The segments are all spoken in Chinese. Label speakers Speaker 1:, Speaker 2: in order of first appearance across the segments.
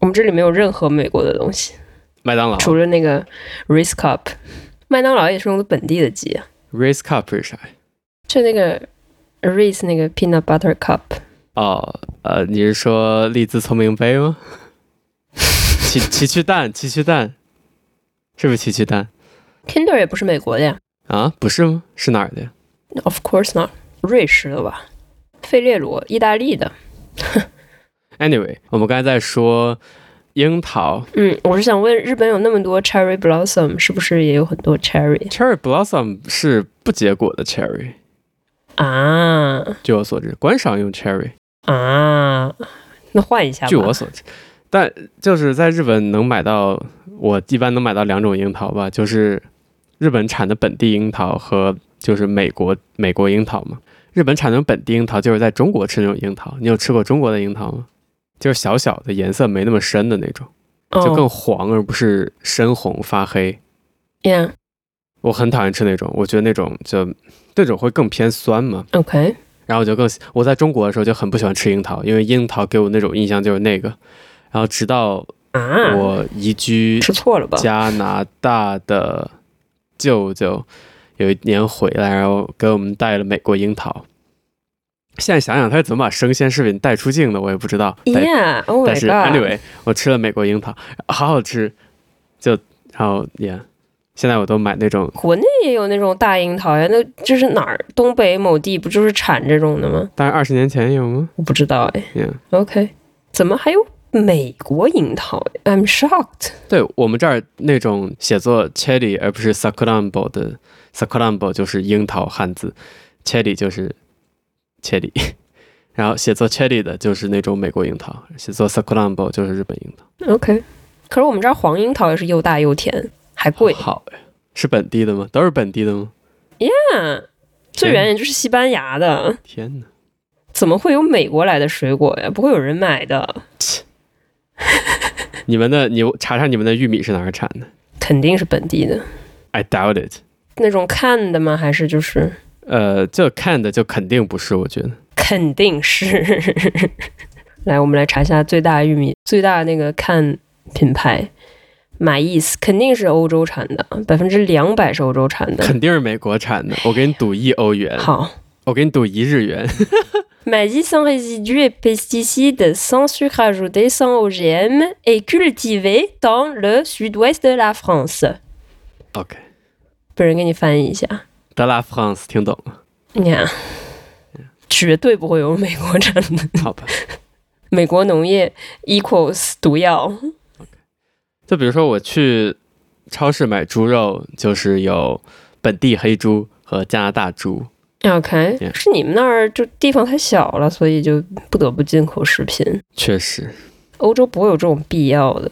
Speaker 1: 我们这里没有任何美国的东西，
Speaker 2: 麦当劳
Speaker 1: 除了那个 Race Cup，麦当劳也是用的本地的鸡，啊
Speaker 2: Race Cup 是啥？
Speaker 1: 就那个 Race 那个 Peanut Butter Cup，
Speaker 2: 哦，呃，你是说荔枝聪明杯吗？ 奇奇趣蛋，奇趣蛋，是不是奇趣蛋
Speaker 1: Kinder 也不是美国的呀
Speaker 2: 啊？不是吗？是哪儿的呀？
Speaker 1: ，Of course not，瑞士的吧？费列罗，意大利的。
Speaker 2: Anyway，我们刚才在说樱桃
Speaker 1: 嗯，我是想问，日本有那么多 cherry blossom，是不是也有很多 cherry
Speaker 2: ，Cherry Blossom 是不结果的 Cherry，
Speaker 1: 啊
Speaker 2: 据我所知，观赏用 Cherry，
Speaker 1: 啊？那换一下吧。
Speaker 2: 据我所知，但就是在日本能买到，我一般能买到两种樱桃吧，就是日本产的本地樱桃和就是美国美国樱桃嘛。日本产的本地樱桃就是在中国吃那种樱桃，你有吃过中国的樱桃吗？就是小小的，颜色没那么深的那种，就更
Speaker 1: 哦
Speaker 2: 黄而不是深红发黑。
Speaker 1: yeah
Speaker 2: 我很讨厌吃那种，我觉得那种就那种会更偏酸嘛。
Speaker 1: OK
Speaker 2: 然后我就更喜我在中国的时候就很不喜欢吃樱桃，因为樱桃给我那种印象就是那个。然后直到
Speaker 1: 啊，
Speaker 2: 我移居
Speaker 1: 吃错了吧？
Speaker 2: 加拿大的舅舅有一年回来，然后给我们带了美国樱桃。现在想想他是怎么把生鲜食品带出境的，我也不知道。但
Speaker 1: Yeah, oh
Speaker 2: 但
Speaker 1: my
Speaker 2: 是
Speaker 1: god.
Speaker 2: anyway，我吃了美国樱桃，好好吃。就然后也现在我都买那种
Speaker 1: 国内也有那种大樱桃呀，那这是哪儿？东北某地不就是产这种的吗？
Speaker 2: 大概二十年前有吗？
Speaker 1: 我不知道哎。
Speaker 2: Yeah.
Speaker 1: OK，怎么还有美国樱桃？I'm shocked。
Speaker 2: 对我们这儿那种写作 cherry 而不是 sakurambo 的 sakurambo 就是樱桃汉字，cherry 就是 cherry，然后写作 cherry 的就是那种美国樱桃，写作 sakurambo 就是日本樱桃。
Speaker 1: OK，可是我们这儿黄樱桃也是又大又甜，还贵。
Speaker 2: 好哎，是本地的吗？都是本地的吗？
Speaker 1: 嗯，最远也就是西班牙的，
Speaker 2: 天哪！
Speaker 1: 怎么会有美国来的水果呀？不会有人买的，
Speaker 2: 你们的你查查你们的玉米是哪儿产的
Speaker 1: 肯定是本地的。
Speaker 2: ？I doubt it。
Speaker 1: 那种看的吗？还是就是
Speaker 2: 呃，就看的就肯定不是，我觉得
Speaker 1: 肯定是。 来，我们来查一下最大玉米最大那个看品牌，Maíz 肯定是欧洲产的，百分之两百是欧洲产的。
Speaker 2: 肯定是美国产的。我给你赌一欧元，
Speaker 1: 好。
Speaker 2: 我给你赌一日元。
Speaker 1: Maïs sans résidus et pesticides, sans sucre ajouté, sans OGM, est cultivé dans le sud-ouest de la France.
Speaker 2: OK，
Speaker 1: 本人给你翻译一下，
Speaker 2: 德拉 France 听懂了？
Speaker 1: 你看，绝对不会有美国产的。
Speaker 2: 好吧。
Speaker 1: 美国农业 equals 毒药。
Speaker 2: 就比如说我去超市买猪肉，就是有本地黑猪和加拿大猪。
Speaker 1: OK，、
Speaker 2: Yeah.
Speaker 1: 是你们那儿就地方太小了，所以就不得不进口食品。
Speaker 2: 确实，
Speaker 1: 欧洲不会有这种必要的。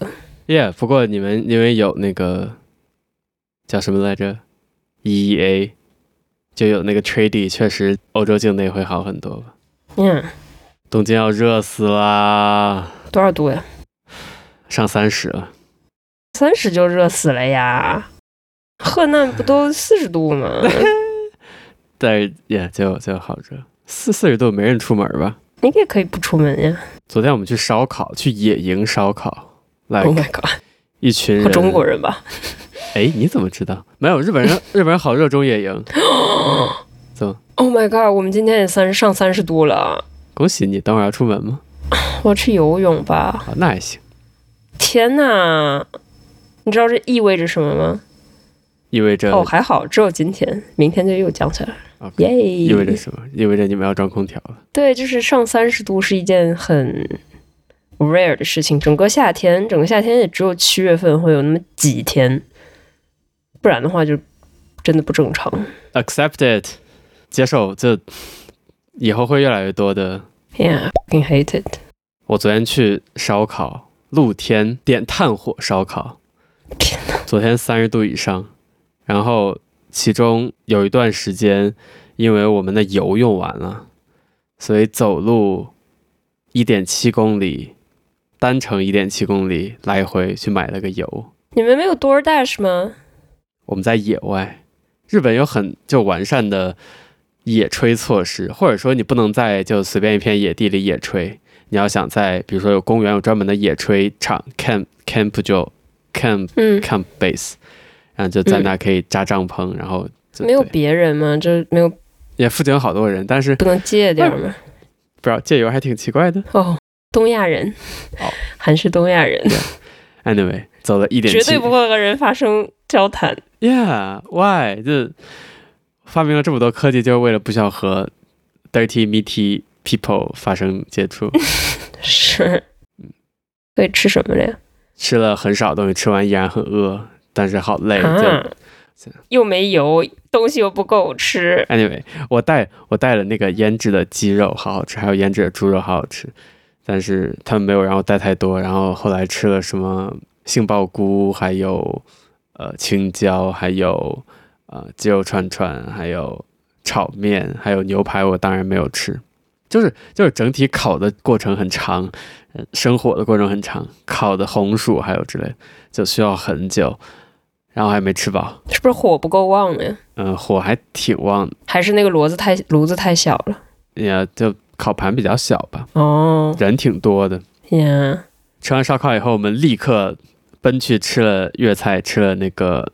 Speaker 2: 耶、不过你们因为有那个叫什么来着，EEA，就有那个 Trade，确实欧洲境内会好很多吧。
Speaker 1: 嗯，
Speaker 2: 东京要热死啦，
Speaker 1: 多少度呀？
Speaker 2: 上三十了。
Speaker 1: 三十就热死了呀！河南不都四十度吗？
Speaker 2: 但是也、就就好热，四四十度没人出门吧？
Speaker 1: 你也可以不出门呀。
Speaker 2: 昨天我们去烧烤，去野营烧烤，来、
Speaker 1: Oh my god，
Speaker 2: 一群
Speaker 1: 和
Speaker 2: 人，
Speaker 1: 中国人吧？
Speaker 2: 哎，你怎么知道？没有日本人，日本人好热衷野营。怎么？
Speaker 1: Oh my god，我们今天也三上三十度了。
Speaker 2: 恭喜你，等会儿要出门吗？
Speaker 1: 我要去游泳吧！
Speaker 2: 好，那也行，
Speaker 1: 天呐，你知道这意味着什么吗？
Speaker 2: 意味着、
Speaker 1: 哦，还好，只有今天，明天就又降下来了。
Speaker 2: OK，
Speaker 1: 耶！
Speaker 2: 意味着什么？意味着你们要装空调了。
Speaker 1: 对，就是上三十度是一件很 rare 的事情。整个夏天，整个夏天也只有七月份会有那么几天，不然的话就真的不正常。
Speaker 2: Accept it，接受，这以后会越来越多的。
Speaker 1: Yeah, fucking hate it。
Speaker 2: 我昨天去烧烤，露天点炭火烧烤，
Speaker 1: 天
Speaker 2: 昨天三十度以上，然后其中有一段时间，因为我们的油用完了，所以走路一点七公里，单程一点七公里来回去买了个油。
Speaker 1: 你们没有 DoorDash 吗？
Speaker 2: 我们在野外，日本有很就完善的野炊措施，或者说你不能在就随便一片野地里野炊，你要想在比如说有公园有专门的野炊场 camp camp 就 camp
Speaker 1: 嗯，
Speaker 2: camp base，然后就在那可以扎帐篷，然后就
Speaker 1: 没有
Speaker 2: 对
Speaker 1: 别人吗？这没有
Speaker 2: 也附近有好多人，但是
Speaker 1: 不能借点儿吗？
Speaker 2: 不知道借油还挺奇怪的。
Speaker 1: 哦，东亚人
Speaker 2: 哦，
Speaker 1: 还是东亚人，
Speaker 2: Anyway，走了一点
Speaker 1: 绝对不会和人发生交谈。
Speaker 2: Yeah，why？这发明了这么多科技，就是为了不想和 dirty meaty people 发生接 触。
Speaker 1: 是，
Speaker 2: 嗯
Speaker 1: 可以吃什么了呀？
Speaker 2: 吃了很少东西，吃完依然很饿，但是好累。就
Speaker 1: 啊，又没油，东西又不够吃，
Speaker 2: anyway，我带我带了那个腌制的鸡肉，好好吃，还有腌制的猪肉，好好吃。但是他们没有让我带太多，然后后来吃了什么杏鲍菇，还有呃青椒，还有呃鸡肉串串，还有炒面，还有牛排，我当然没有吃。就是就是整体烤的过程很长，呃生火的过程很长，烤的红薯还有之类的就需要很久，然后还没吃饱，
Speaker 1: 是不是火不够旺呀？
Speaker 2: 嗯、火还挺旺的
Speaker 1: 还是那个炉子太炉子太小了？
Speaker 2: 也就烤盘比较小吧，
Speaker 1: 哦，
Speaker 2: 人挺多的。
Speaker 1: 呀，
Speaker 2: 吃完烧烤以后，我们立刻奔去吃了粤菜，吃了那个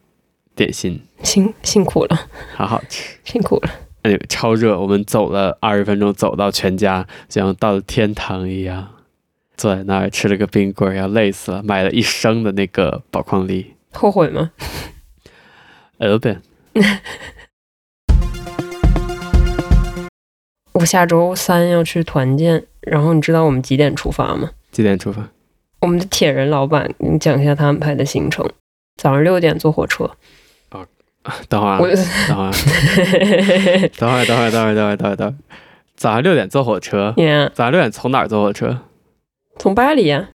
Speaker 2: 点心，
Speaker 1: 辛辛苦了，
Speaker 2: 好好吃。
Speaker 1: 辛苦了。
Speaker 2: 哎，超热！我们走了二十分钟，走到全家，像到了天堂一样，坐在那儿吃了个冰棍儿，要累死了。买了一升的那个宝矿力
Speaker 1: 后悔吗？
Speaker 2: ，Urban。
Speaker 1: 我下周三要去团建，然后你知道我们几点出发吗？
Speaker 2: 几点出发？
Speaker 1: 我们的铁人老板，你讲一下他安排的行程。早上六点坐火车，
Speaker 2: 等会儿啊，
Speaker 1: 我
Speaker 2: 等会儿啊，等会儿，等会儿，等会儿，等会儿，等会儿，等会儿。早上六点坐火车，
Speaker 1: 呀，
Speaker 2: 早上六点从哪儿坐火车？
Speaker 1: 从巴黎呀、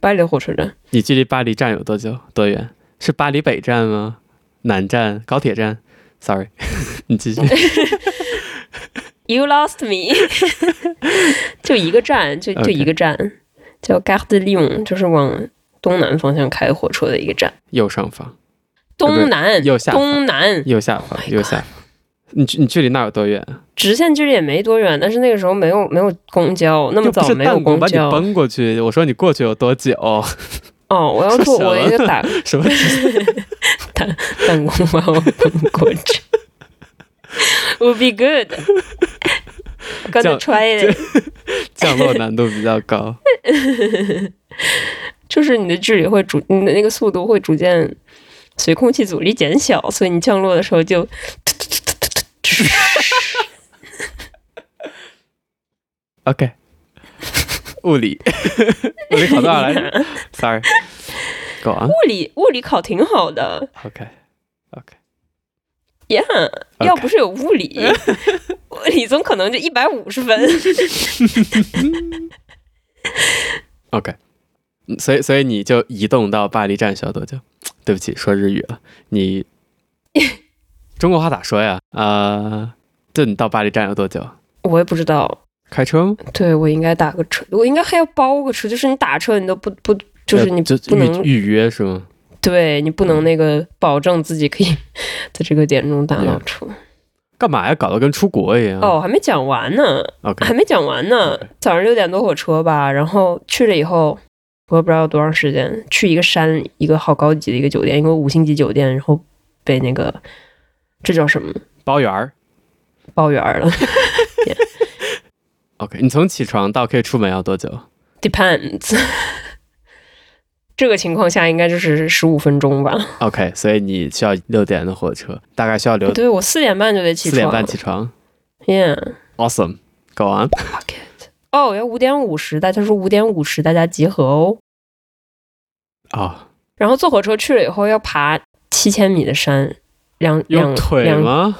Speaker 1: 巴黎的火车站，
Speaker 2: 你距离巴黎站有多久？多远？是巴黎北站吗？南站？高铁站？Sorry，你 继续。
Speaker 1: You lost me，就一个站，就就
Speaker 2: OK
Speaker 1: 一个站叫 Gare de Lyon，就是往东南方向开火车的一个站。
Speaker 2: 右上方，
Speaker 1: 东南，
Speaker 2: 呃右下方
Speaker 1: 东南，
Speaker 2: 右下方
Speaker 1: Oh my，God
Speaker 2: 右下方。你距你距离那儿有多远？
Speaker 1: 直线距离也没多远，但是那个时候没有没有公交，那
Speaker 2: 那
Speaker 1: 么早没有公
Speaker 2: 把你
Speaker 1: 交。
Speaker 2: 崩过去。我说你过去有多久？
Speaker 1: 哦，我要坐
Speaker 2: 什么
Speaker 1: 我一个 打
Speaker 2: 什么？
Speaker 1: 弹弓把我崩过去。Would be good. Gonna
Speaker 2: 叫
Speaker 1: try it.
Speaker 2: 降落难度比较高。
Speaker 1: 就是你的距离会逐，你的那个速度会逐渐随空气阻力减小，所以你降落的时候就
Speaker 2: OK，物 理，物理考多少来着？Sorry，go on。
Speaker 1: 物理物理考挺好的
Speaker 2: OK，OK，、
Speaker 1: 呀要不是有物 理，物理总可能就一百五十分。
Speaker 2: OK，嗯所以所以你就移动到巴黎站需要多久？对不起，说日语了。 你中国话咋说呀？呃，这你到巴黎站有多久？
Speaker 1: 我也不知道，
Speaker 2: 开车吗？
Speaker 1: 对我应该打个车，我应该还要包个车，就是你打车你都不不，就是
Speaker 2: 呃
Speaker 1: 你
Speaker 2: 就
Speaker 1: 不能，
Speaker 2: 预预嗯约是吗？
Speaker 1: 对你不能那个保证自己可以 在这个点钟打到车。
Speaker 2: 干嘛呀？搞得跟出国一样。
Speaker 1: 哦，还没讲完呢。
Speaker 2: OK，
Speaker 1: 还没讲完呢
Speaker 2: OK。
Speaker 1: 早上六点多火车吧，然后去了以后，我也不知道有多长时间，去一个山里，一个好高级的一个酒店，一个五星级酒店，然后被那个这叫什么
Speaker 2: 包圆儿。
Speaker 1: 包圆了
Speaker 2: OK，你从起床到可以出门要多久？
Speaker 1: ，depends。这个情况下应该就是十五分钟吧？
Speaker 2: OK，所以你需要六点的火车，大概需要留
Speaker 1: 对，我四点半就得起
Speaker 2: 四
Speaker 1: 床。
Speaker 2: 点半起床。
Speaker 1: Yeah.
Speaker 2: Awesome，Go on。
Speaker 1: Fuck it. 哦，要五点五十，大家说五点五十大家集合哦。
Speaker 2: 哦，
Speaker 1: 然后坐火车去了以后要爬七千米的山，两两
Speaker 2: 用腿
Speaker 1: 两
Speaker 2: 吗？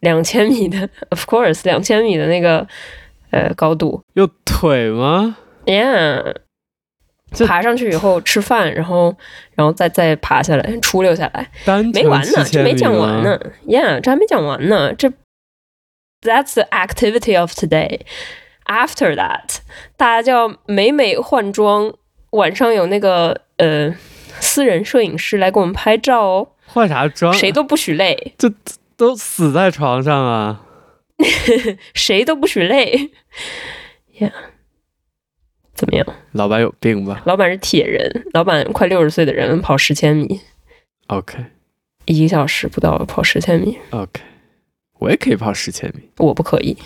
Speaker 1: 两千米的，of course，两千米的那个呃高度
Speaker 2: 用腿吗？
Speaker 1: ，yeah，
Speaker 2: 这
Speaker 1: 爬上去以后吃饭，然后然后再再爬下来，出溜下来，
Speaker 2: 单
Speaker 1: 没
Speaker 2: 程
Speaker 1: 完呢，这
Speaker 2: 7000
Speaker 1: 没讲
Speaker 2: 米吗
Speaker 1: 完呢，yeah，这还没讲完呢，这 that's the activity of today。After that，大家就要美美换装，晚上有那个呃私人摄影师来给我们拍照哦，
Speaker 2: 换啥装？
Speaker 1: 谁都不许累，
Speaker 2: 都死在床上啊！
Speaker 1: 谁都不许累，yeah，怎么样？
Speaker 2: 老板有病吧
Speaker 1: 老板是铁人，老板快六十岁的人跑十千米，
Speaker 2: ？OK
Speaker 1: 一个小时不到跑十千米，
Speaker 2: OK，我也可以跑十千米，
Speaker 1: 我不可以。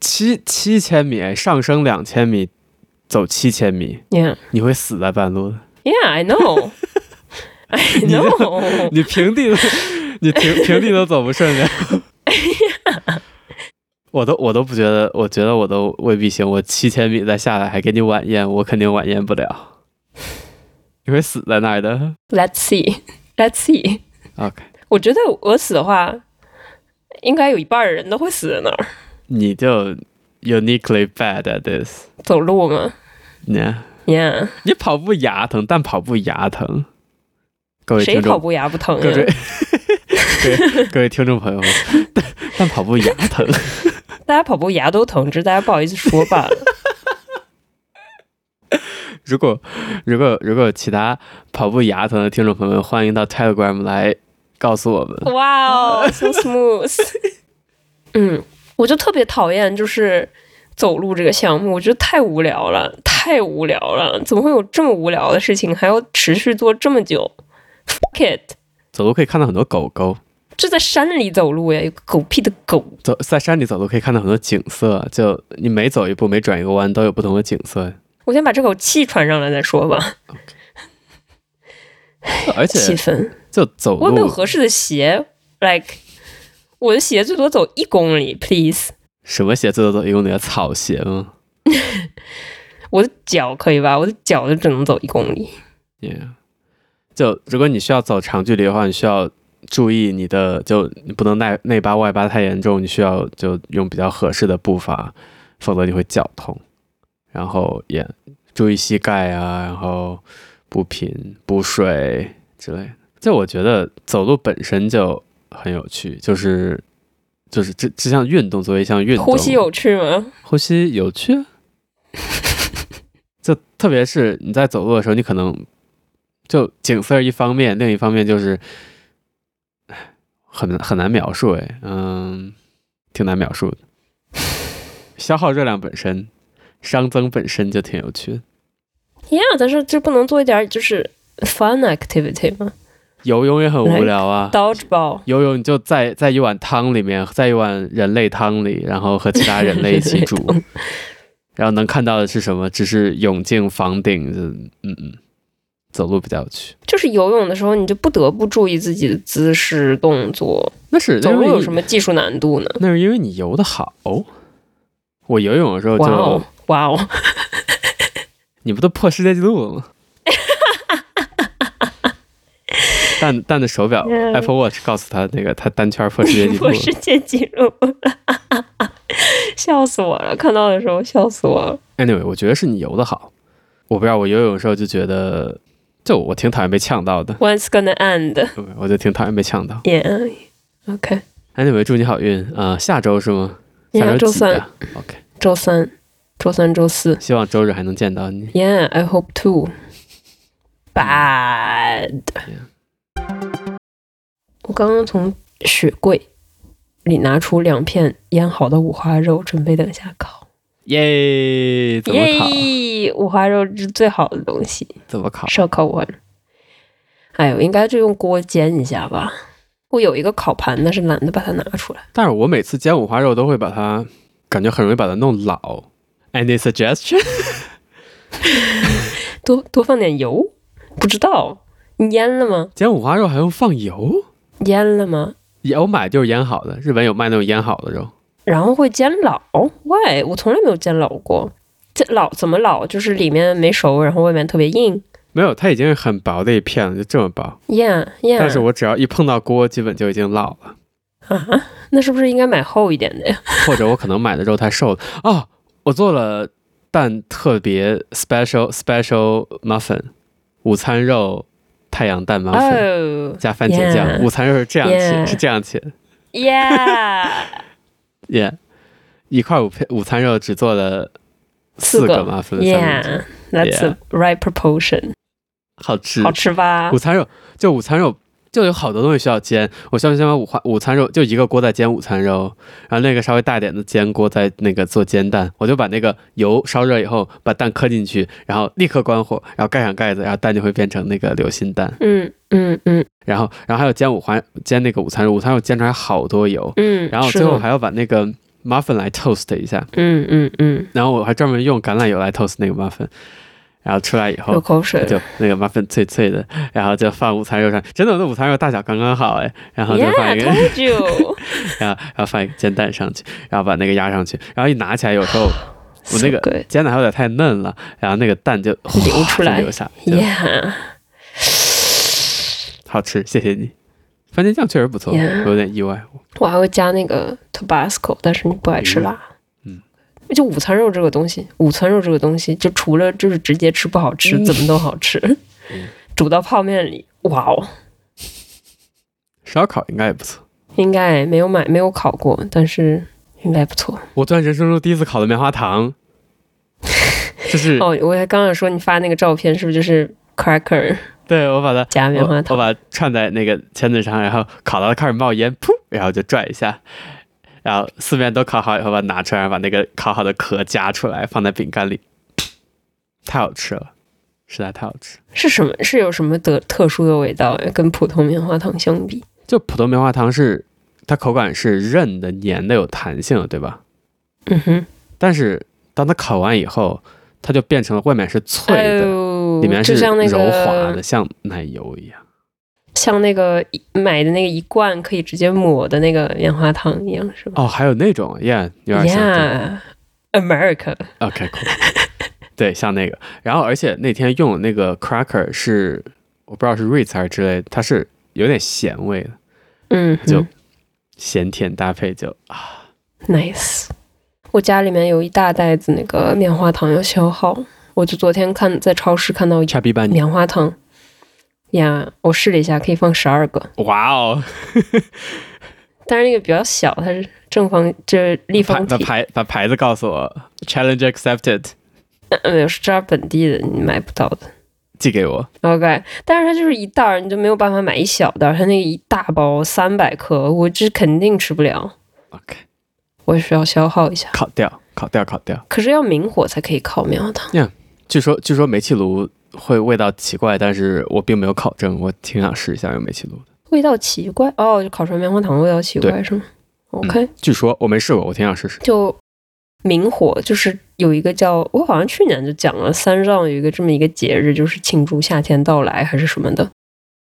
Speaker 2: 七七千米上升两千米，走七千米，
Speaker 1: Yeah,
Speaker 2: 你会死在半路的。
Speaker 1: yeah, I know, I know.
Speaker 2: 你平 地都，你平平地都走不顺利。 我都我都不觉得，我觉得我都未必行。我七千米再下来还给你晚宴，我肯定晚宴不了，你会死在那儿的。
Speaker 1: Let's see, let's see.
Speaker 2: OK，
Speaker 1: 我觉得我死的话，应该有一半儿人都会死在那儿。
Speaker 2: 你就 uniquely bad at this。
Speaker 1: 走路嘛
Speaker 2: 你
Speaker 1: ，Yeah，
Speaker 2: 你跑步牙疼，但跑步牙疼。各位
Speaker 1: 谁
Speaker 2: 听
Speaker 1: 跑
Speaker 2: 众，
Speaker 1: 步牙不疼
Speaker 2: 各位
Speaker 1: 呀？
Speaker 2: 各位各位听众朋友 们，但但跑步牙疼。
Speaker 1: 大家跑步牙都疼，只是大家不好意思说罢了。
Speaker 2: 如果如果如果有其他跑步牙疼的听众朋友们，欢迎到 Telegram 来告诉我 们。
Speaker 1: 哇哦，so smooth。嗯，我就特别讨厌就是走路这个项目，我觉得太无聊了，太无聊了。怎么会有这么无聊的事情，还要持续做这么久？Fuck it，
Speaker 2: 走路可以看到很多狗狗，
Speaker 1: 这在山里走路呀，有个狗屁的狗。
Speaker 2: 走在山里走路可以看到很多景色，就你每走一步、每转一个弯都有不同的景色，
Speaker 1: 我先把这口气喘上来再说吧。
Speaker 2: 而
Speaker 1: 气
Speaker 2: 且
Speaker 1: 氛，
Speaker 2: 就走
Speaker 1: 我也没有
Speaker 2: 路
Speaker 1: 合适的鞋，like 我的鞋最多走一公里，please。
Speaker 2: 什么鞋最多走一公里？草鞋吗
Speaker 1: 我的脚可以吧？我的脚就只能走一公里。
Speaker 2: ？Yeah，就如果你需要走长距离的话，你需要注意你的，就你不能内内八外八太严重，你需要就用比较合适的步伐，否则你会脚痛。然后也注意膝盖啊，然后补品、补水之类的。就我觉得走路本身就很有趣，就是就是这这项运动作为一项运动，
Speaker 1: 呼吸有趣吗？
Speaker 2: 呼吸有趣啊。就特别是你在走路的时候，你可能就景色是一方面，另一方面就是唉很难很难描述哎，嗯，挺难描述的。消耗热量本身，熵增本身就挺有趣的。
Speaker 1: Yeah，但是就不能做一点儿就是 fun activity 吗
Speaker 2: 游泳也很无聊啊，
Speaker 1: ？Dodgeball，
Speaker 2: 游泳你就在在一碗汤里面，在一碗人类汤里，然后和其他人类一 起煮，然后能看到的是什么？只是泳镜、房顶，就嗯嗯，走路比较有趣。
Speaker 1: 就是游泳的时候，你就不得不注意自己的姿势、动作。
Speaker 2: 那是
Speaker 1: 走路
Speaker 2: 那是因为
Speaker 1: 有什么技术难度呢？
Speaker 2: 那是因为你游的好。 我游泳的时候就
Speaker 1: 哇哦，哇哦！
Speaker 2: 你不都破世界纪录了 吗？蛋蛋的手表、
Speaker 1: 嗯
Speaker 2: Apple Watch 告诉他那个他单圈破世 界纪录
Speaker 1: 破
Speaker 2: 了。
Speaker 1: 世界纪录， 笑死我了！看到的时候笑死我了。
Speaker 2: Anyway，我觉得是你游的好。我不知道，我游泳的时候就觉得，就我挺讨厌被呛到的，
Speaker 1: When's gonna end?
Speaker 2: 对我就挺讨厌被呛到。
Speaker 1: Yeah. OK，
Speaker 2: Anyway，祝你好运啊、呃下周是吗？下
Speaker 1: Yeah，
Speaker 2: 周
Speaker 1: 周
Speaker 2: 几
Speaker 1: 三、
Speaker 2: 啊？OK，
Speaker 1: 周三、周三、周四。
Speaker 2: 希望周日还能见到你。
Speaker 1: Yeah, I hope too. Bad.
Speaker 2: Yeah.
Speaker 1: 我刚刚从雪柜里拿出两片腌好的五花肉，准备等下烤。
Speaker 2: 耶！怎么烤？
Speaker 1: 耶！五花肉是最好的东西，
Speaker 2: 怎么烤？
Speaker 1: 烧烤五花肉。哎呦，应该就用锅煎一下吧。我有一个烤盘，但是懒得把它拿出来。
Speaker 2: 但是我每次煎五花肉都会把它，感觉很容易把它弄老。Any suggestion？
Speaker 1: 多多放点油，不知道你腌了吗？
Speaker 2: 煎五花肉还用放油？
Speaker 1: 腌了吗？
Speaker 2: 也我买就是腌好的，日本有卖那种腌好的肉。
Speaker 1: 然后会煎老，why？我从来没有煎老过。这老怎么老？就是里面没熟，然后外面特别硬。
Speaker 2: 没有，它已经是很薄的一片了，就这么薄。
Speaker 1: Yeah, yeah。
Speaker 2: 但是我只要一碰到锅，基本就已经老了，
Speaker 1: 啊，那是不是应该买厚一点的呀？
Speaker 2: 或者我可能买的肉太瘦了。哦，我做了蛋特别 special special muffin，午餐肉太阳蛋 muffin、
Speaker 1: 哦
Speaker 2: 加番茄酱。
Speaker 1: Yeah
Speaker 2: 午餐肉是这样切
Speaker 1: Yeah
Speaker 2: 是这样切。
Speaker 1: ，Yeah，
Speaker 2: 耶、一块午片午餐肉只做了
Speaker 1: 四
Speaker 2: 个
Speaker 1: 个
Speaker 2: 马芬的三明治，Mm.
Speaker 1: Yeah，that's the right proportion，
Speaker 2: 好吃
Speaker 1: 好吃吧
Speaker 2: 午？餐肉就午餐肉就有好多东西需要煎。我需要先把午花午餐肉就一个锅在煎午餐肉，然后那个稍微大一点的煎锅在那个做煎蛋，我就把那个油烧热以后把蛋磕进去，然后立刻关火，然后盖上盖子，然后蛋就会变成那个流心蛋。
Speaker 1: 嗯嗯嗯
Speaker 2: 然后然后还有煎五花煎那个午餐肉，午餐肉煎出来好多油，
Speaker 1: 嗯，
Speaker 2: 然后
Speaker 1: 是
Speaker 2: 最后
Speaker 1: 的
Speaker 2: 还要把那个 muffin 来 toast 一下，
Speaker 1: 嗯嗯嗯，
Speaker 2: 然后我还专门用橄榄油来 toast 那个 muffin，然后出来以后
Speaker 1: 流口水了。
Speaker 2: 就那个 muffin 脆脆的，然后就放午餐肉上，真的我的午餐肉大小刚刚好哎，然后就
Speaker 1: Yeah,
Speaker 2: 放一
Speaker 1: I
Speaker 2: 个
Speaker 1: told you 。
Speaker 2: 然后然后放一个煎蛋上去，然后把那个压上去，然后一拿起来有时候 我那
Speaker 1: So
Speaker 2: 个
Speaker 1: good.
Speaker 2: 煎的还有点太嫩了，然后那个蛋就
Speaker 1: 流出来
Speaker 2: 哗就流下，就
Speaker 1: Yeah,
Speaker 2: 好吃，谢谢你。番茄酱确实不错，
Speaker 1: Yeah.
Speaker 2: 我有点意外。
Speaker 1: 我还会加那个 Tabasco，但是你不爱吃辣。
Speaker 2: 嗯，
Speaker 1: 就午餐肉这个东西，午餐肉这个东西，就除了就是直接吃不好吃，
Speaker 2: 嗯
Speaker 1: 怎么都好吃。煮到泡面里，哇哦！
Speaker 2: 烧烤应该也不错。
Speaker 1: 应该没有买，没有烤过，但是应该不错。
Speaker 2: 我突然人生中第一次烤的棉花糖， 就是、
Speaker 1: 哦，我还刚想说你发那个照片是不是就是 cracker
Speaker 2: 对我把它
Speaker 1: 加棉
Speaker 2: 我
Speaker 1: 花
Speaker 2: 我
Speaker 1: 糖？
Speaker 2: 把它串在那个签子上，然后烤到它开始冒烟，噗，然后就拽一下，然后四面都烤好以后，把它拿出来，把那个烤好的壳夹出来，放在饼干里，太好吃了，实在太好吃。
Speaker 1: 是什么？是有什么的特殊的味道？跟普通棉花糖相比，
Speaker 2: 就普通棉花糖是它口感是韧的、黏的、有弹性的，对吧？
Speaker 1: 嗯哼，
Speaker 2: 但是当它烤完以后，它就变成了外面是脆
Speaker 1: 哎
Speaker 2: 的，
Speaker 1: 呦
Speaker 2: 里面是
Speaker 1: 就像那
Speaker 2: 柔滑
Speaker 1: 个
Speaker 2: 的，像奶油一样。
Speaker 1: 像那个一买的那个一罐可以直接抹的那个棉花糖一样，是吧
Speaker 2: 哦，还有那种，yeah，有点像对
Speaker 1: ？Yeah, America，
Speaker 2: OK cool，对，像那个。然后而且那天用的那个 cracker 是我不知道是 Ritz 还是之类的，它是有点咸味的，
Speaker 1: 嗯哼，
Speaker 2: 就咸甜搭配就
Speaker 1: Nice，我家里面有一大袋子那个棉花糖要消耗，我就昨天看在超市看到
Speaker 2: 差逼半你。
Speaker 1: 棉花糖，呀，我试了一下，可以放十二个，
Speaker 2: 哇哦，
Speaker 1: 但是那个比较小，它是正方，这立
Speaker 2: 把
Speaker 1: 方
Speaker 2: 把
Speaker 1: 体，
Speaker 2: 牌把牌子告诉我，challenge accepted，
Speaker 1: 呃 没有是这儿本地的，你买不到的。
Speaker 2: 寄给我。
Speaker 1: OK，但是它就是一袋儿，你就没有办法买一小袋儿，它那个一大包三百克，我这肯定吃不了，
Speaker 2: OK，
Speaker 1: 我需要消耗一下。
Speaker 2: 烤掉，烤掉，烤掉。
Speaker 1: 可是要明火才可以烤棉花糖。
Speaker 2: 据说据说煤气炉会味道奇怪，但是我并没有考证，我挺想试一下用煤气炉的。
Speaker 1: 味道奇怪哦，就烤出来棉花糖的味道奇怪是吗？OK，、
Speaker 2: 据说我没试过，我挺想试试。
Speaker 1: 就明火就是有一个叫我好像去年就讲了，三藏有一个这么一个节日，就是庆祝夏天到来还是什么的。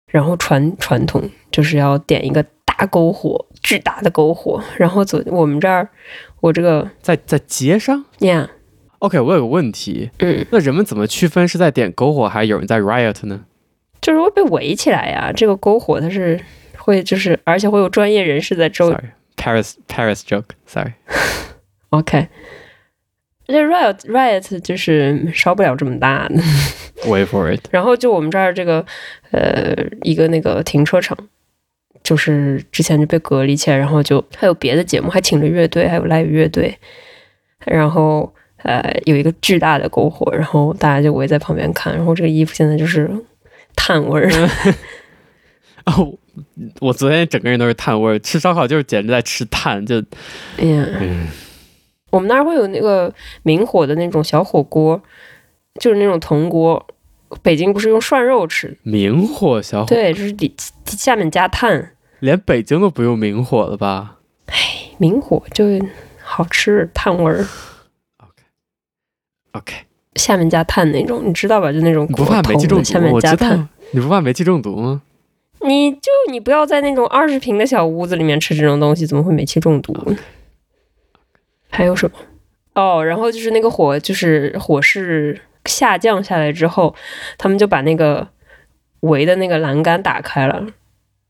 Speaker 1: 然后传传统就是要点一个大篝火，巨大的篝火。然后走我们这儿，我这个
Speaker 2: 在在街上
Speaker 1: 呀
Speaker 2: ？OK，我有个问题，
Speaker 1: 嗯，
Speaker 2: 那人们怎么区分是在点篝火，还是有人在 riot 呢？
Speaker 1: 就是会被围起来呀。这个篝火它是会就是，而且会有专业人士在周
Speaker 2: Sorry, Paris Paris joke. Sorry.
Speaker 1: OK，这 riot riot 就是少不了这么大的。
Speaker 2: Wait for it.
Speaker 1: 然后就我们这儿这个呃一个那个停车场，就是之前就被隔离起来，然后就还有别的节目，还请了乐队，还有赖语乐队，然后呃有一个巨大的篝火，然后大家就围在旁边看，然后这个衣服现在就是炭味儿，
Speaker 2: 哦，我昨天整个人都是碳味儿，吃烧烤就是简直在吃碳，就
Speaker 1: 哎呀。
Speaker 2: 嗯，
Speaker 1: 我们那儿会有那个明火的那种小火锅，就是那种铜锅。北京不是用涮肉吃，
Speaker 2: 明火小火，
Speaker 1: 对，就是底底下面加炭，
Speaker 2: 连北京都不用明火了吧？
Speaker 1: 明火就好吃，炭味儿。
Speaker 2: OK，
Speaker 1: 下面加碳那种，你知道吧？就那种
Speaker 2: 你不怕
Speaker 1: 头
Speaker 2: 煤气中
Speaker 1: 的下
Speaker 2: 毒吗？
Speaker 1: 面
Speaker 2: 我
Speaker 1: 加
Speaker 2: 知
Speaker 1: 碳。
Speaker 2: 道，你不怕煤气中毒吗？
Speaker 1: 你就你不要在那种二十平的小屋子里面吃这种东西，怎么会煤气中毒
Speaker 2: OK
Speaker 1: 还有什么？哦，然后就是那个火，就是火势下降下来之后，他们就把那个围的那个栏杆打开了，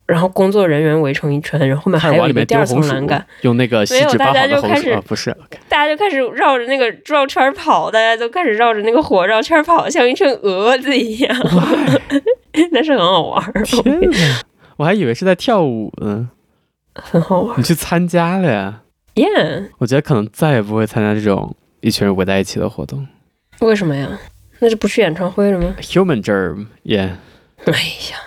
Speaker 1: 然后工作人员围成一圈，然后后面
Speaker 2: 开
Speaker 1: 还
Speaker 2: 始
Speaker 1: 有
Speaker 2: 往
Speaker 1: 一
Speaker 2: 里
Speaker 1: 个
Speaker 2: 面
Speaker 1: 第
Speaker 2: 丢
Speaker 1: 二
Speaker 2: 红
Speaker 1: 层
Speaker 2: 薯
Speaker 1: 栏杆，，
Speaker 2: 用那个锡
Speaker 1: 没有
Speaker 2: 纸
Speaker 1: 大
Speaker 2: 包
Speaker 1: 家
Speaker 2: 好的
Speaker 1: 就
Speaker 2: 红
Speaker 1: 开
Speaker 2: 薯，啊，
Speaker 1: 始
Speaker 2: 不是 OK，
Speaker 1: 大家就开始绕着那个绕圈儿跑，大家都开始绕着那个火绕圈儿跑，像一群蛾子一样。 但是很好玩儿，
Speaker 2: 天哪！我还以为是在跳舞呢，
Speaker 1: 很好玩儿。
Speaker 2: 你去参加了呀？
Speaker 1: Yeah，
Speaker 2: 我觉得可能再也不会参加这种一群人围在一起的活动。
Speaker 1: 为什么呀？那就不去演唱会了吗？
Speaker 2: Human germ，yeah。
Speaker 1: 哎呀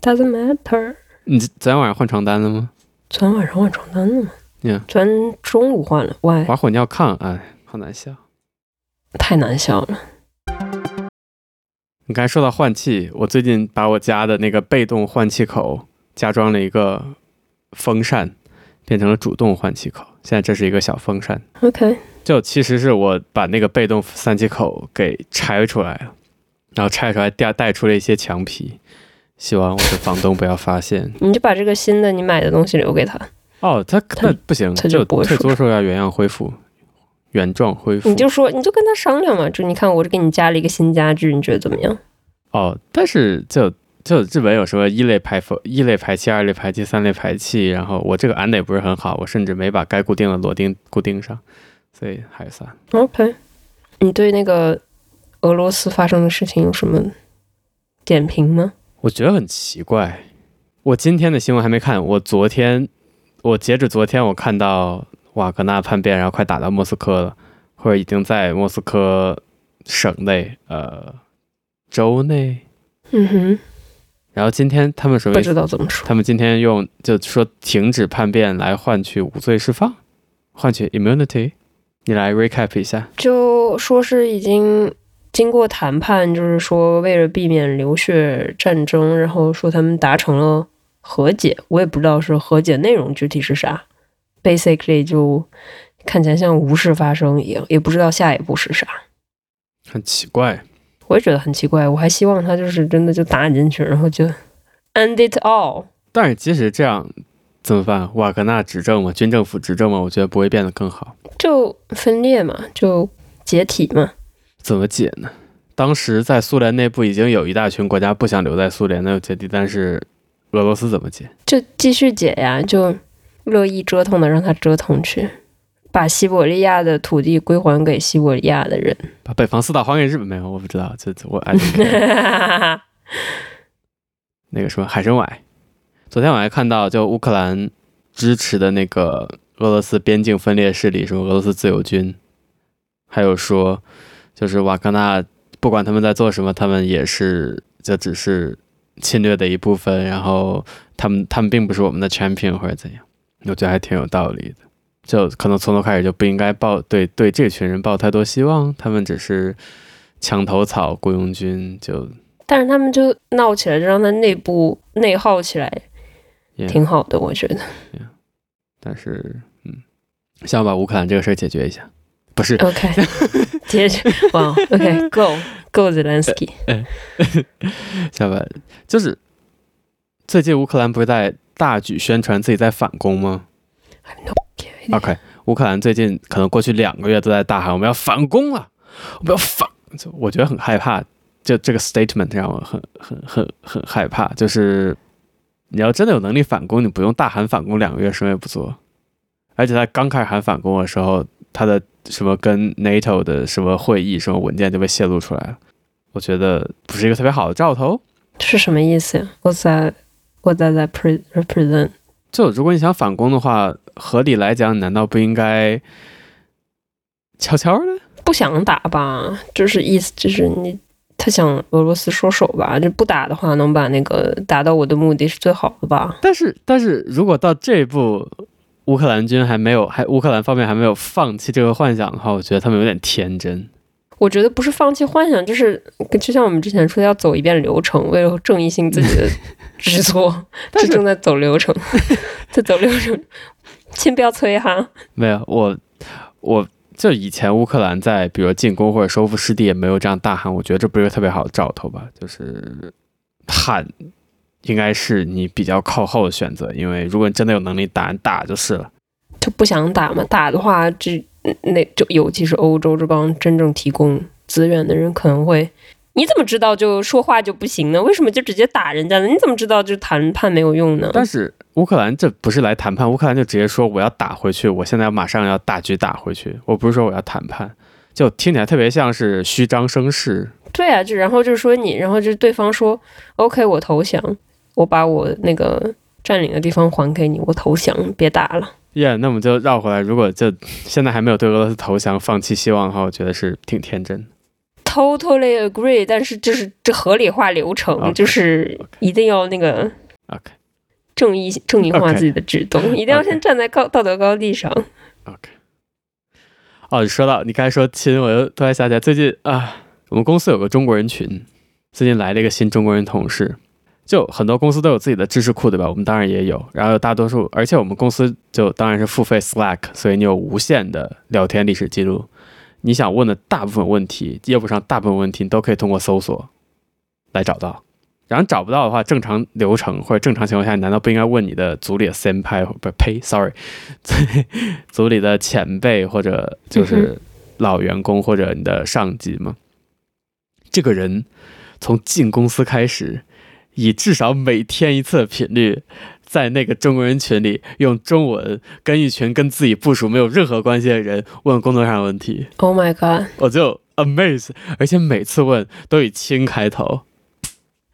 Speaker 1: ，doesn't matter。
Speaker 2: 你昨天晚上换床单了吗？
Speaker 1: 昨天晚上换床单了吗？
Speaker 2: Yeah
Speaker 1: 昨天中午换了，哇，
Speaker 2: 划火尿炕，哎，好难笑。
Speaker 1: 太难笑了。
Speaker 2: 你刚才说到换气，我最近把我家的那个被动换气口加装了一个风扇，变成了主动换气口。现在这是一个小风扇，
Speaker 1: OK，
Speaker 2: 就其实是我把那个被动三气口给拆出来了，然后拆出来带带出了一些墙皮，希望我的房东不要发现。
Speaker 1: 你就把这个新的你买的东西留给他，
Speaker 2: 哦，他那不行，
Speaker 1: 他
Speaker 2: 就
Speaker 1: 就不会
Speaker 2: 退
Speaker 1: 说
Speaker 2: 租时候要原样恢复，原状恢复。
Speaker 1: 你就说你就跟他商量嘛，就你看我这给你加了一个新家具，你觉得怎么样？
Speaker 2: 哦，但是就就日本有什么一类排风、一类排气、二类排气、三类排气，然后我这个安的也不是很好，我甚至没把该固定的螺钉固定上，所以还算。
Speaker 1: OK，你对那个俄罗斯发生的事情有什么点评吗？
Speaker 2: 我觉得很奇怪，我今天的新闻还没看，我昨天我截止昨天我看到瓦格纳叛变，然后快打到莫斯科了，或者已经在莫斯科省内呃州内，
Speaker 1: 嗯哼，
Speaker 2: 然后今天他们准
Speaker 1: 不
Speaker 2: 备
Speaker 1: 知道怎么说。
Speaker 2: 他们今天用就说停止叛变来换取无罪释放，换取 immunity。你来 recap 一下。
Speaker 1: 就说是已经经过谈判，就是说为了避免流血战争，然后说他们达成了和解。我也不知道是和解内容具体是啥，basically 就看起来像无事发生一样，也不知道下一步是啥。
Speaker 2: 很奇怪，
Speaker 1: 我也觉得很奇怪，我还希望他就是真的就打进去，然后就 end it all。
Speaker 2: 但是即使这样怎么办？瓦格纳执政嘛，军政府执政嘛，我觉得不会变得更好。
Speaker 1: 就分裂嘛，就解体嘛。
Speaker 2: 怎么解呢？当时在苏联内部已经有一大群国家不想留在苏联的决定，但是俄罗斯怎么解？
Speaker 1: 就继续解呀，就乐意折腾的让他折腾去，把西伯利亚的土地归还给西伯利亚的人。
Speaker 2: 把北方四岛还给日本没有？我不知道，这这我 I don't care 那个什么海参崴。昨天我还看到，就乌克兰支持的那个俄罗斯边境分裂势力，什么俄罗斯自由军，还有说，就是瓦格纳，不管他们在做什么，他们也是就只是侵略的一部分，然后他们他们并不是我们的 champion 或者怎样，我觉得还挺有道理的。就可能从头开始就不应该抱对对这群人抱太多希望，他们只是墙头草、雇佣军，就
Speaker 1: 但是他们就闹起来，就让他内部内耗起来，
Speaker 2: 也。
Speaker 1: 挺好的，我觉得。
Speaker 2: 但是，嗯，想把乌克兰这个事儿解决一下，不是
Speaker 1: OK，接着，哇，OK，Go Go Zelensky，
Speaker 2: 想把，就是最近乌克兰不是在大举宣传自己在反攻吗 ？OK，乌克兰最近可能过去两个月都在大喊我们要反攻了，我们要反，就我觉得很害怕，就这个 statement 让我很很很很害怕，就是你要真的有能力反攻，你不用大喊反攻两个月什么也不做，而且他刚开始喊反攻的时候，他的什么跟 NATO 的什么会议什么文件就被泄露出来了。我觉得不是一个特别好的兆头，
Speaker 1: 是什么意思呀？What's that? What's that that pre- represent？
Speaker 2: 就如果你想反攻的话，合理来讲，难道不应该悄悄的？
Speaker 1: 不想打吧，就是意思就是你他想俄罗斯收手吧，就不打的话，能把那个达到我的目的是最好的吧。
Speaker 2: 但是，但是如果到这一步，乌克兰军还没有，还乌克兰方面还没有放弃这个幻想的话，我觉得他们有点天真。
Speaker 1: 我觉得不是放弃幻想，就是就像我们之前说的，要走一遍流程，为了正义性自己的制作，
Speaker 2: 但
Speaker 1: 这
Speaker 2: 是
Speaker 1: 正在走流 程，在走流程，先不要催哈。
Speaker 2: 没有，我我就以前乌克兰在比如进攻或者收复失地也没有这样大喊，我觉得这不是一个特别好的兆头吧？就是喊应该是你比较靠后的选择，因为如果你真的有能力打，你打就是了。
Speaker 1: 就不想打嘛，打的话，这那就尤其是欧洲这帮真正提供资源的人可能会，你怎么知道就说话就不行呢？为什么就直接打人家呢？你怎么知道就谈判没有用呢？
Speaker 2: 但是乌克兰这不是来谈判，乌克兰就直接说我要打回去，我现在马上要大举打回去，我不是说我要谈判，就听起来特别像是虚张声势。
Speaker 1: 对啊，就然后就是说你，然后就是对方说 OK，我投降，我把我那个占领的地方还给你，我投降，别打了。
Speaker 2: 耶、那我们就绕回来，如果就现在还没有对俄罗斯投降、放弃希望的话，我觉得是挺天真的。
Speaker 1: Totally agree，但是就是这合理化流程
Speaker 2: OK，
Speaker 1: 就是一定要那个
Speaker 2: OK，
Speaker 1: 正义正义化
Speaker 2: OK
Speaker 1: 自己的举动一定要
Speaker 2: OK
Speaker 1: 先站在高道德高地上。
Speaker 2: OK。哦，你说到你刚才说亲，我又突然想起来，最近啊，我们公司有个中国人群，最近来了一个新中国人同事。就很多公司都有自己的知识库，对吧？我们当然也有，然后有大多数，而且我们公司就当然是付费 Slack，所以你有无限的聊天历史记录。你想问的大部分问题，业务上大部分问题，你都可以通过搜索来找到。然后找不到的话，正常流程或者正常情况下，你难道不应该问你的组里的 s e n p a i 不是呸，sorry，组里的前辈或者就是老员工或者你的上级吗？这个人从进公司开始，以至少每天一次的频率，在那个中国人群里用中文跟一群跟自己部署没有任何关系的人问工作上的问题，
Speaker 1: Oh my god！
Speaker 2: 我就 amaze，而且每次问都以亲开头。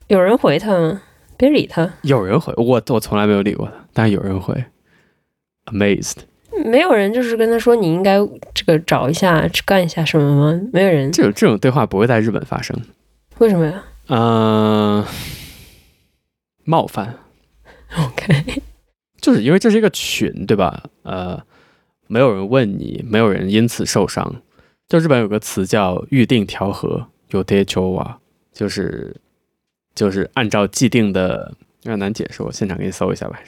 Speaker 1: 有人回他吗？别理他，
Speaker 2: 有人回我，我从来没有理过他，但是有人回，amazed。
Speaker 1: 没有人就是跟他说你应该这个找一下干一下什么吗？没有人，
Speaker 2: 这种这种对话不会在日本发生。
Speaker 1: 为什么呀
Speaker 2: 嗯、冒犯，
Speaker 1: ？OK，
Speaker 2: 就是因为这是一个群，对吧？呃，没有人问你，没有人因此受伤。就日本有个词叫预定调和，有 d e c h o a 就是就是按照既定的，有点难解释，我现场给你搜一下吧。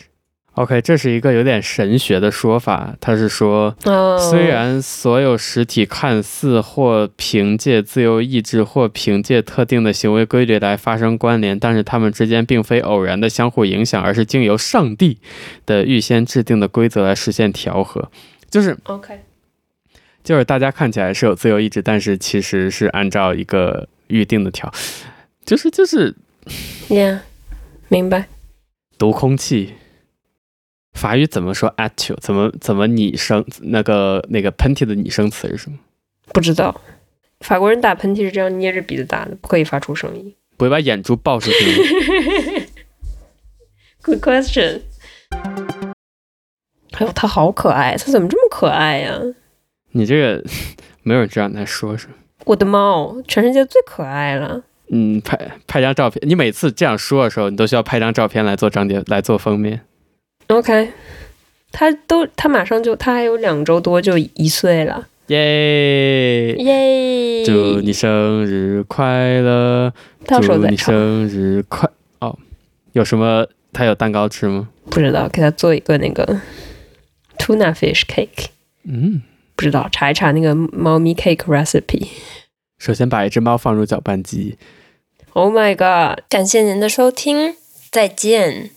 Speaker 2: OK，这是一个有点神学的说法，它是说
Speaker 1: 哦、
Speaker 2: 虽然所有实体看似或凭借自由意志或凭借特定的行为规律来发生关联，但是它们之间并非偶然的相互影响，而是经由上帝的预先制定的规则来实现调和。就是
Speaker 1: OK，
Speaker 2: 就是大家看起来是有自由意志，但是其实是按照一个预定的调，就是就是
Speaker 1: ，Yeah，明白。
Speaker 2: 读空气。法语怎么说 at you？怎么怎么拟声那个那个喷嚏的拟声词是什么？
Speaker 1: 不知道，法国人打喷嚏是这样捏着鼻子打的，不可以发出声音。
Speaker 2: 不会把眼珠爆出去吗？
Speaker 1: Good question。哎呦，它好可爱，它怎么这么可爱呀、
Speaker 2: 你这个 没有人知道你在说什么。
Speaker 1: 我的猫，全世界最可爱了。
Speaker 2: 嗯，拍拍张照片，你每次这样说的时候，你都需要拍张照片来做章节，来做封面。
Speaker 1: OK，它都，它马上就，它还有两周多就一岁了，
Speaker 2: 耶！
Speaker 1: 耶！
Speaker 2: 祝你生日快乐！
Speaker 1: 到时
Speaker 2: 祝
Speaker 1: 候再
Speaker 2: 你
Speaker 1: 唱，
Speaker 2: 生日快哦！有什么？他有蛋糕吃吗？
Speaker 1: 不知道给它做一个那个 tuna fish cake，
Speaker 2: 嗯，
Speaker 1: 不知道查一查那个猫咪 cake recipe。
Speaker 2: 首先把一只猫放入搅拌机。
Speaker 1: Oh my god！感谢您的收听，再见。